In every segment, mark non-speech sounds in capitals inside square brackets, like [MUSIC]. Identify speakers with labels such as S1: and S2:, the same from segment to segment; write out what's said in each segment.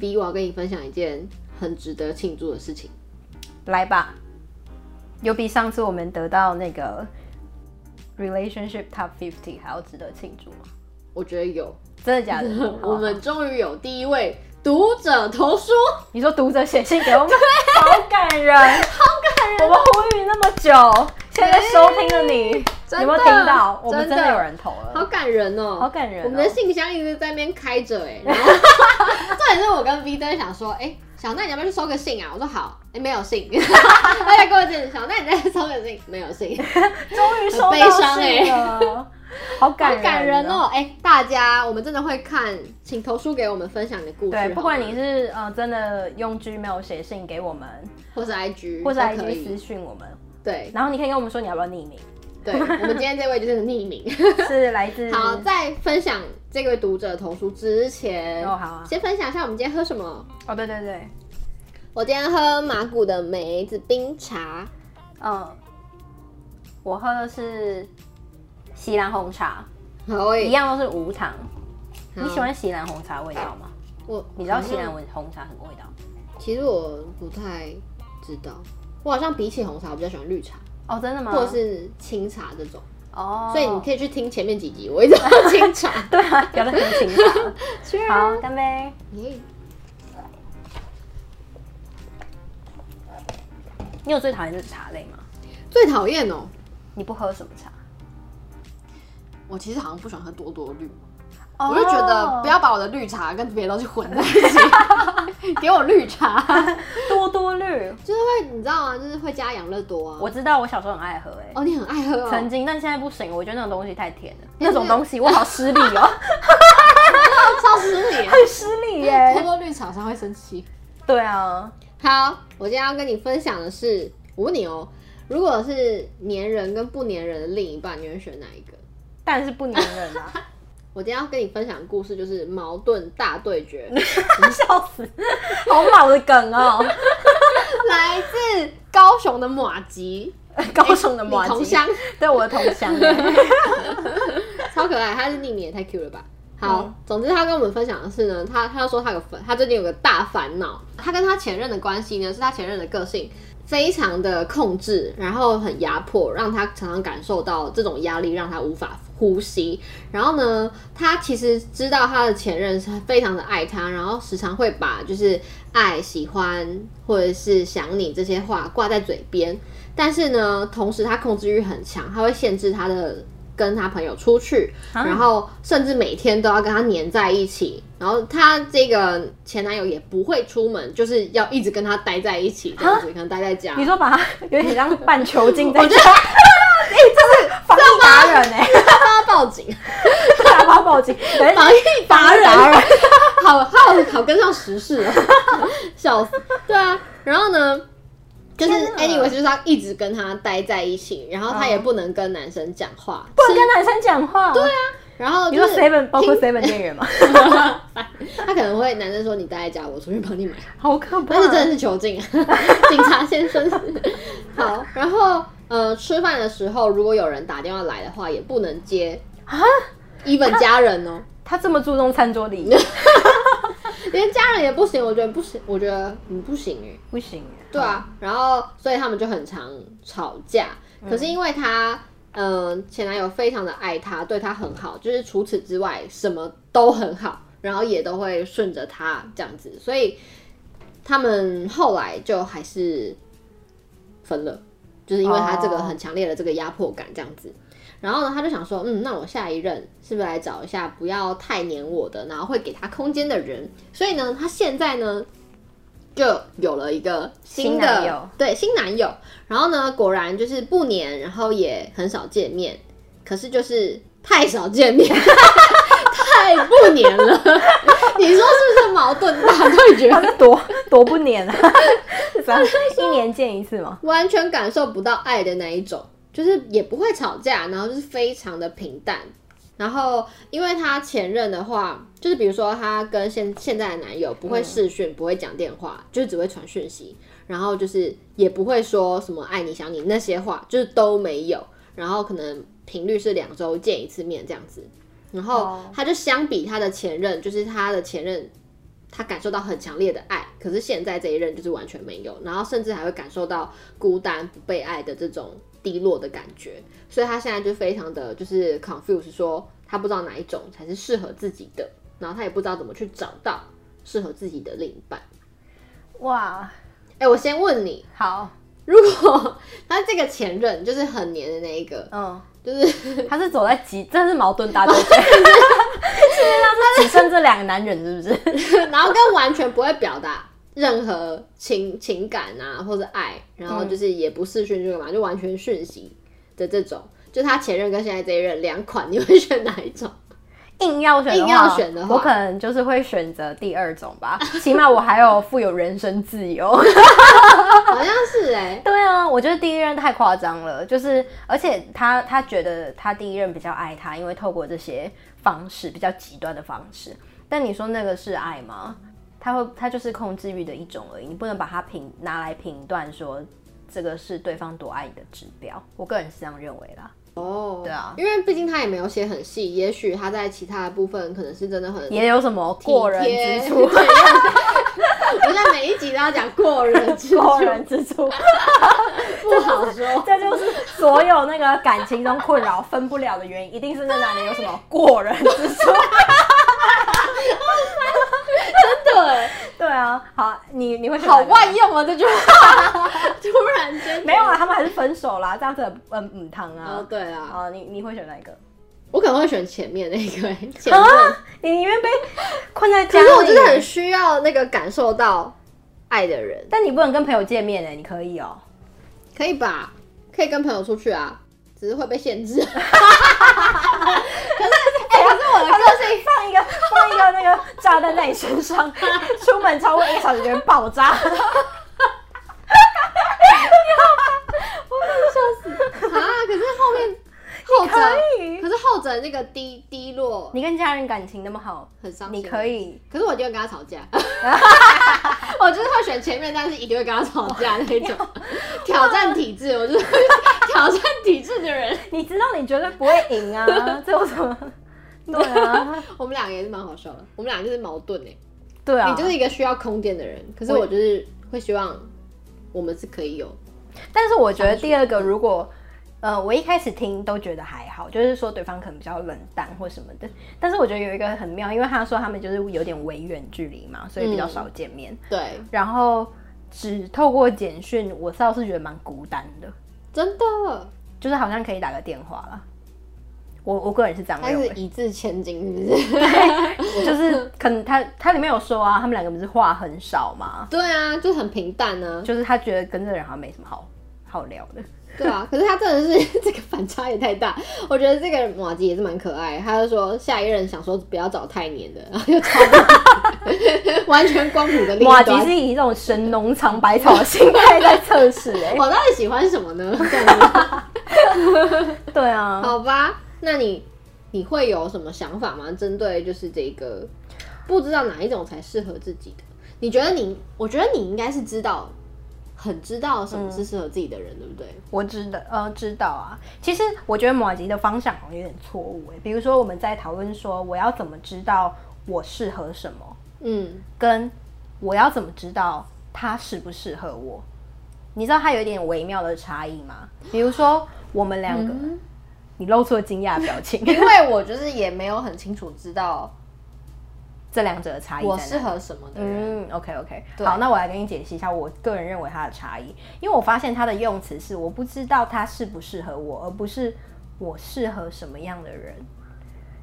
S1: V，我要跟你分享一件很值得庆祝的事情。
S2: 来吧，有比上次我们得到那个 relationship top fifty 还要值得庆祝吗？
S1: 我觉得有，
S2: 真的假
S1: [LAUGHS]
S2: 的？好
S1: 我
S2: 啊
S1: 们终于有第一位读者投书，
S2: 你说读者写信给我们，好感人，好感
S1: 哦
S2: 人。我们呼吁那么久，现在在收听的你，
S1: 真的
S2: 有没有听到？我们
S1: 真的
S2: 真的有人投
S1: 好
S2: 了，
S1: 感人哦、
S2: 好感人哦
S1: 我们的信箱一直在那边开着哎、然后 [LAUGHS] 重点是我跟 V 在想说，哎、小奈你要不要去收个信啊？我说好，哎、没有信， [LAUGHS] 他在跟我讲，小奈你再去收个信，没有信，
S2: 终于收到
S1: 很悲伤欸
S2: 信了，好
S1: 好
S2: [LAUGHS] 感人，
S1: 感人哦、。哎、大家我们真的会看，请投书给我们分享你的故事好吗，
S2: 对，不管你是呃真的用 Gmail 写信给我们，
S1: 或是 IG
S2: 或是
S1: 都可
S2: IG 私
S1: 以，
S2: 讯我们，
S1: 对
S2: 然后你可以跟我们说你要不要匿
S1: [LAUGHS]
S2: 名， [LAUGHS]
S1: 对，我们今天这位就是匿名。
S2: 是来自
S1: 好，在分享这位读者投书之前，
S2: 哦好啊
S1: 先分享一下我们今天喝什么。
S2: 哦对对对，
S1: 我今天喝马古的梅子冰茶，
S2: 嗯，我喝的是锡兰红茶，
S1: 好
S2: 一
S1: 诶，
S2: 样都是无糖。
S1: 好
S2: 你喜欢锡兰红茶的味道吗？
S1: 我？
S2: 你知道锡兰
S1: 好
S2: 红红茶什么味道？
S1: 像其实我不太知道，我好像比起红茶，我比较喜欢绿茶
S2: 哦，真的吗？
S1: 或者是清茶这种，
S2: 哦，。
S1: 所以你可以去听前面几集，我一直喝 [LAUGHS] 清茶
S2: [LAUGHS] 对啊，聊得很清楚。 [LAUGHS] 好，干杯！
S1: 耶
S2: 你有最讨厌的茶类吗？
S1: 最讨厌哦，
S2: 你不喝什么茶？
S1: 我其实好像不喜欢喝多多绿。
S2: 哦
S1: 我就觉得不要把我的绿茶跟别的东西混在一
S2: [LAUGHS]
S1: 起，给我绿茶，
S2: 多多绿。
S1: 就是会你知道吗？就是会加养乐多啊。
S2: 我知道，我小时候很爱喝、欸，
S1: 哦，你很爱喝
S2: 曾
S1: 哦，
S2: 经，但现在不行，我觉得那种东西太甜了，
S1: 你是
S2: 那种东西我好失礼 [LAUGHS] 哦，
S1: 超失礼啊。
S2: 很失礼 [LAUGHS] 耶、
S1: 喝
S2: [LAUGHS]
S1: 多绿茶常会生气。
S2: 对啊，
S1: 好，我今天要跟你分享的是，我问你哦，如果是粘人跟不粘人的另一半，你会选哪一个？
S2: 但是不粘人啊， [LAUGHS]
S1: 我今天要跟你分享的故事就是矛盾大对
S2: [LAUGHS]
S1: 决，
S2: 笑死，好老的梗 [LAUGHS] 哦，
S1: 来自高雄的马吉，
S2: 高雄的麻
S1: 你
S2: 吉
S1: 同乡，
S2: 对我的同乡耶，
S1: 超可爱，他是匿名也太 Q 了吧。好，
S2: 嗯
S1: 总之他跟我们分享的是呢，他他说他有烦，他最近有个大烦恼，他跟他前任的关系呢，是他前任的个性非常的控制，然后很压迫，让他常常感受到这种压力，让他无法呼吸。然后呢，他其实知道他的前任是非常的爱他，然后时常会把就是爱、喜欢或者是想你这些话挂在嘴边，但是呢，同时他控制欲很强，他会限制他的跟他朋友出去，
S2: 啊
S1: 然后甚至每天都要跟他黏在一起。然后他这个前男友也不会出门，就是要一直跟他待在一起，这样子可能待在家。
S2: 啊你说把它有点像半球镜在
S1: 我觉
S2: 家，
S1: 得
S2: [LAUGHS] 哎、这是防疫达人哎、 [LAUGHS] 欸，
S1: 他报警，
S2: 打把报警，哎
S1: 防疫达人，
S2: 达人
S1: 好好好跟上时事哦， [LAUGHS] 笑死。对啊，然后呢，就是
S2: 天哪
S1: anyway，就是他一直跟他待在一起，然后他也不能跟男生讲话，
S2: 不能跟男生讲话，对啊，
S1: 然后
S2: 你
S1: 就
S2: 说
S1: 是
S2: seven 包括
S1: 听
S2: seven 店员吗？
S1: [LAUGHS] 他可能会男生说你待在家，我出去帮你买，
S2: [LAUGHS] 好可怕，
S1: 但
S2: [LAUGHS]
S1: 是真的是囚禁，啊警察先生。好，然后呃，吃饭的时候如果有人打电话来的话，也不能接
S2: 啊，
S1: ，even 家人哦，
S2: 他这么注重餐桌 [LAUGHS] 礼仪，
S1: 连家人也不行，我觉得不行，我觉得嗯不行哎、
S2: 不行欸耶，
S1: 对啊，然后所以他们就很常吵架。可是因为她，嗯、前男友非常的爱她，对她很好，就是除此之外什么都很好，然后也都会顺着她这样子，所以他们后来就还是分了，就是因为她这个
S2: 哦
S1: 很强烈的这个压迫感这样子。然后呢，她就想说，嗯，那我下一任是不是来找一下不要太黏我的，然后会给她空间的人？所以呢，她现在呢就有了一个新
S2: 新
S1: 的
S2: 男友
S1: 对新男友。然后呢，果然就是不黏，然后也很少见面，可是就是太少见面， [LAUGHS] 太不黏了。 [LAUGHS] 你说是不是矛盾大对决？
S2: 他是多多不粘 [LAUGHS] 啊，一年见一次吗？
S1: 完全感受不到爱的那一种，就是也不会吵架，然后就是非常的平淡。然后，因为她前任的话，就是比如说她跟现现在的男友不
S2: 嗯
S1: 会视讯，不会讲电话，就是只会传讯息，然后就是也不会说什么爱你想你那些话，就是都没有。然后可能频率是两周见一次面这样子。然后
S2: 哦
S1: 她就相比她的前任，就是她的前任他感受到很强烈的爱，可是现在这一任就是完全没有，然后甚至还会感受到孤单、不被爱的这种低落的感觉，所以他现在就非常的就是 confused，说他不知道哪一种才是适合自己的，然后他也不知道怎么去找到适合自己的另一半。
S2: 哇，
S1: 哎、我先问你，
S2: 好，
S1: 如果他这个前任就是很黏的那一个，
S2: 嗯，
S1: 就是 [LAUGHS]
S2: 他是走在极，真的是矛盾大对决， [LAUGHS] 世界上是只剩这两个男人，是不是？ [LAUGHS]
S1: 然后跟完全不会表达任何情情感啊或者爱，然后就是也不视讯这个嘛，就完全讯息的这种，就他前任跟现在这一任两款，你会选哪一种？ [LAUGHS]
S2: 硬要选的话，
S1: 硬要选的话
S2: 我可能就是会选择第二种吧，起码我还有富有人身自由。
S1: 好像是哎、
S2: 对啊，我觉得第一任太夸张了，就是而且他他觉得他第一任比较爱他，因为透过这些方式比较极端的方式。但你说那个是爱吗？他会他就是控制欲的一种而已，你不能把它评拿来评断说这个是对方多爱你的指标。我个人是这样认为啦，
S1: 哦，
S2: 对啊
S1: 因为毕竟他也没有写很细，也许他在其他的部分可能是真的很
S2: 也有什么过人之
S1: 体
S2: 处
S1: 贴， [LAUGHS] 对 [LAUGHS] 我在每一集都要讲过人之处，
S2: [LAUGHS] 过人之处，
S1: 不好说。
S2: 这就是所有那个感情中困扰分不了的原因，一定是那男人有什么过人之处。
S1: 对，
S2: 对啊，好，你你会选
S1: 好
S2: 哪个
S1: 万用啊这句话， [LAUGHS] 突然间
S2: 没有啊，他们还是分手啦，这样子很嗯嗯汤
S1: 哦
S2: 啊。，
S1: 对啊，
S2: 啊，你你会选哪一个？啊
S1: 我可能会选前面那
S2: [LAUGHS]
S1: 个、欸、前任，
S2: 你宁愿被困在
S1: 可
S2: 家里，
S1: 是我真的很需要那个感受到爱的人，
S2: [LAUGHS] 但你不能跟朋友见面哎、你可以哦、
S1: 可以吧？可以跟朋友出去啊，只是会被限
S2: [LAUGHS]
S1: 制。可是，哎、可是我的个性，
S2: 放一个 [LAUGHS] 放一个那个炸弹在你身上，出门超过一个小时就会爆炸。
S1: 啊，可是后面后
S2: [LAUGHS]
S1: 者，
S2: 可以，
S1: 可是后者那个低低落
S2: 你跟家人感情那么好，
S1: 很伤心。
S2: 你可，以。
S1: 可是我一定会跟他吵
S2: [LAUGHS]
S1: 架。我就是会选前面，但是一定会跟他吵架那种。
S2: [LAUGHS]
S1: 挑战体制，我就是挑战体制的
S2: [LAUGHS]
S1: 人。
S2: 你知道你绝对不会赢啊， [LAUGHS] 这有什么？对啊，
S1: 我们两个也是蛮好笑的，我们俩就是矛盾哎、
S2: 对啊，
S1: 你就是一个需要空间的人，可是
S2: 我
S1: 我就是会希望我们是可以有，
S2: 但是我觉得第二个，如果呃，我一开始听都觉得还好，就是说对方可能比较冷淡或什么的。但是我觉得有一个很妙，因为他说他们就是有点微远距离嘛，所以比较少见面，
S1: 对，
S2: 然后只透过简讯，我倒是觉得蛮孤单的，
S1: 真的，
S2: 就是好像可以打个电话啦。我我个人是这样
S1: 他
S2: 认
S1: 是
S2: 为，
S1: 一掷千金，是不是？[LAUGHS]
S2: [LAUGHS] 就是可能他他里面有说啊，他们两个不是话很少嘛，
S1: 对啊，就很平淡啊呢、
S2: 就是他觉得跟这个人好像没什么好好聊的。
S1: 对啊，可是他真的是 [LAUGHS] 这个反差也太大，我觉得这个马吉也是蛮可爱，他就说下一任想说不要找太黏的，然后又超 [LAUGHS] 完全光谱的另
S2: 哇，
S1: 一
S2: 其
S1: 端
S2: 实。以一种神农尝百草的
S1: [LAUGHS]
S2: 心态在测试哎、
S1: 我到底喜欢什么呢？ [LAUGHS] 这样子
S2: 对啊，
S1: 好吧，那你你会有什么想法吗？针对就是这个不知道哪一种才适合自己的，你觉得你？我觉得你应该是知道，很知道什么是适合自己的人，对不对？
S2: 我知道，呃，知道啊。其实我觉得马吉的方向好像有点错误诶。比如说我们在讨论说我要怎么知道我适合什么，
S1: 嗯，
S2: 跟我要怎么知道他适不适合我，你知道它有一点微妙的差异吗？比如说我们两个，
S1: 嗯
S2: 你露出了惊讶的表情，
S1: [LAUGHS]
S2: [LAUGHS]
S1: 因为我就是也没有很清楚知道
S2: 这两者的差异在
S1: 我
S2: 哪里
S1: 适合什么的人。
S2: 嗯，OK OK，
S1: 对
S2: 好，那我来跟你解析一下我个人认为它的差异，因为我发现它的用词是我不知道它适不适合我，而不是我适合什么样的人。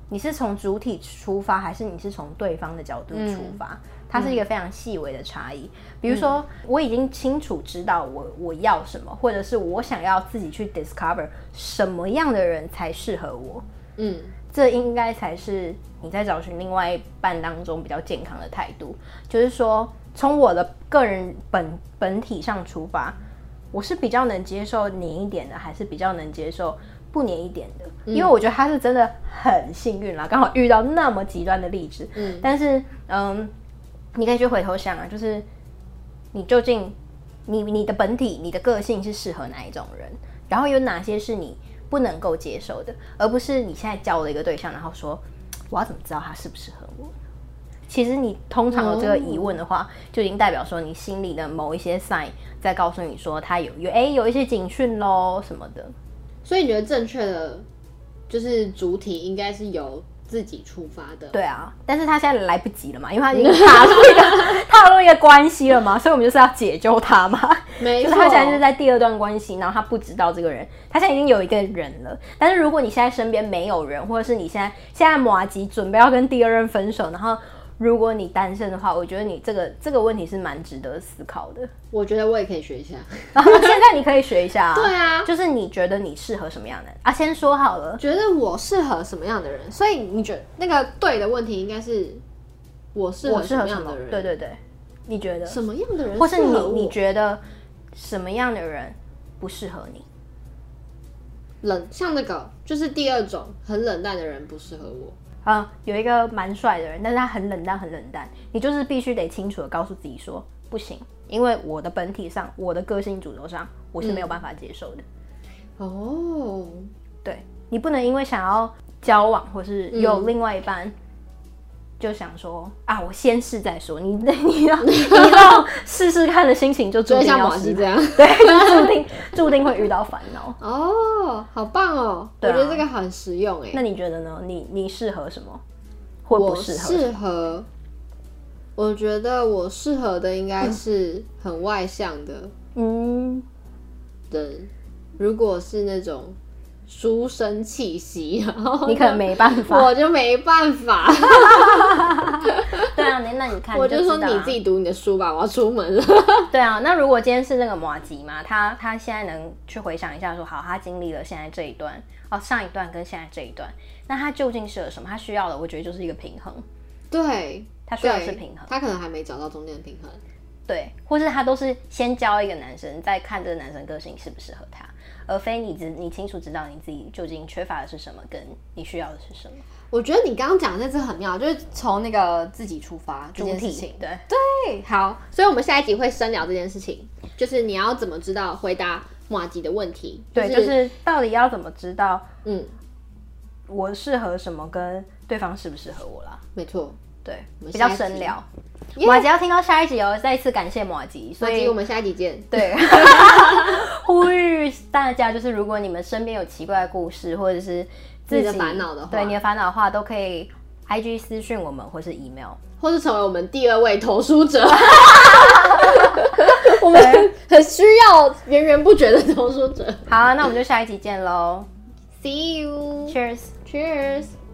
S2: 你是从主体出发，还是你是从对方的角度出发？它是一个非常细微的差异。比如说，我已经清楚知道我我要什么，或者是我想要自己去 discover 什么样的人才适合我。
S1: 嗯
S2: 这应该才是你在找寻另外一半当中比较健康的态度。就是说，从我的个人本本体上出发，我是比较能接受黏一点的，还是比较能接受不黏一点的？因为我觉得他是真的很幸运啦，刚好遇到那么极端的例子。
S1: 嗯
S2: 但是，嗯，你可以去回头想啊，就是你究竟你你的本体、你的个性是适合哪一种人，然后有哪些是你不能够接受的，而不是你现在交了一个对象，然后说我要怎么知道他适不适合我？其实你通常有这个疑问的话，就已经代表说你心里的某一些 sign 在告诉你说他有有哎、有一些警讯喽什么的。
S1: 所以你觉得正确的就是主体应该是由自己出发的，
S2: 对啊，但是他现在来不及了嘛，因为他已经
S1: [LAUGHS]
S2: 踏入一个踏入一个关系了嘛，所以我们就是要解救他嘛。
S1: 没
S2: 就
S1: 错。
S2: 是他现在就是在第二段关系，然后他不知道这个人，他现在已经有一个人了。但是如果你现在身边没有人，或者是你现在现在马吉准备要跟第二任分手，然后如果你单身的话，我觉得你这个这个问题是蛮值得思考的。
S1: 我觉得我也可以学一下。
S2: 然后现在你可以学一下、啊，
S1: [LAUGHS] 对啊
S2: 就是你觉得你适合什么样的人啊？先说好了，
S1: 觉得我适合什么样的人，所以你觉得那个对的问题应该是我适
S2: 我
S1: 合
S2: 适
S1: 什么
S2: 合什
S1: 样
S2: 么
S1: 的？人？
S2: 对对对，你觉得，
S1: 什么样的人适合我，
S2: 或是你你觉得什么样的人不适合你？
S1: 冷，像那个就是第二种很冷淡的人不适合我。
S2: 啊，有一个蛮帅的人，但是他很冷淡，很冷淡。你就是必须得清楚的告诉自己说，不行，因为我的本体上，我的个性主轴上，我是没有办法接受的。
S1: 嗯哦，
S2: 对你不能因为想要交往或是有
S1: 嗯
S2: 另外一半，就想说啊，我先试再说。你 [LAUGHS]
S1: [LAUGHS]
S2: 你要你要试试看的心情就注
S1: 就
S2: 定
S1: 像
S2: 要
S1: 马
S2: 失
S1: 西这
S2: 败，
S1: 样。
S2: 对，就注定注定会遇到烦恼。
S1: 哦，好棒哦！
S2: 对啊
S1: 我觉得这个很实用哎。
S2: 那你觉得呢？你你适合什么？或
S1: 我
S2: 不适合？
S1: 适合，我觉得我适合的应该是很外向的
S2: 嗯，
S1: 人。如果是那种书生气息，然后
S2: [LAUGHS] 你可能没办法。
S1: 我就没办法。
S2: [LAUGHS] 对啊，你那你看，
S1: 我
S2: 就
S1: 就说
S2: 知道啊
S1: 你自。己读你的书吧，我要出门了。
S2: [LAUGHS] 对啊，那如果今天是那个马吉嘛，他他现在能去回想一下说好，他经历了现在这一段，哦，上一段跟现在这一段，那他究竟是有什么？他需要的，我觉得就是一个平衡，
S1: 对，
S2: 他需要的
S1: 对，
S2: 是平衡，
S1: 他可能还没找到中间的平衡。
S2: 对，或是他都是先交一个男生，再看这个男生个性适不适合他，而非你只你清楚知道你自己究竟缺乏的是什么，跟你需要的是什么
S1: 我觉得你刚刚讲的这次很妙，就是从那个自己出发这
S2: 主
S1: 件事
S2: 体
S1: 情。，
S2: 对，
S1: 对，好，所以我们下一集会深聊这件事情，就是你要怎么知道回答马吉的问题。
S2: 对，就是到底要怎么知道
S1: 嗯，
S2: 我适合什么，跟对方适不适合我啦。
S1: 没错。
S2: 对，
S1: 我们
S2: 比较
S1: 下一
S2: 深
S1: 集
S2: 聊。马吉要听到下一集哦，再一次感谢马吉，所
S1: 马吉，
S2: 以
S1: 我们下一集见。
S2: 对 [LAUGHS] 呼吁大家，就是如果你们身边有奇怪的故事，或者是自己
S1: 你的烦恼的话
S2: 对你的烦恼的话，都可以 I G 私讯我们，或
S1: [LAUGHS]
S2: 是 email。
S1: 或是成为我们第二位投书
S2: [LAUGHS]
S1: 者，
S2: 我们
S1: 很需要源源不绝的投书者。
S2: 好，那我们就下一集见喽
S1: See you,
S2: ，Cheers。
S1: cheers.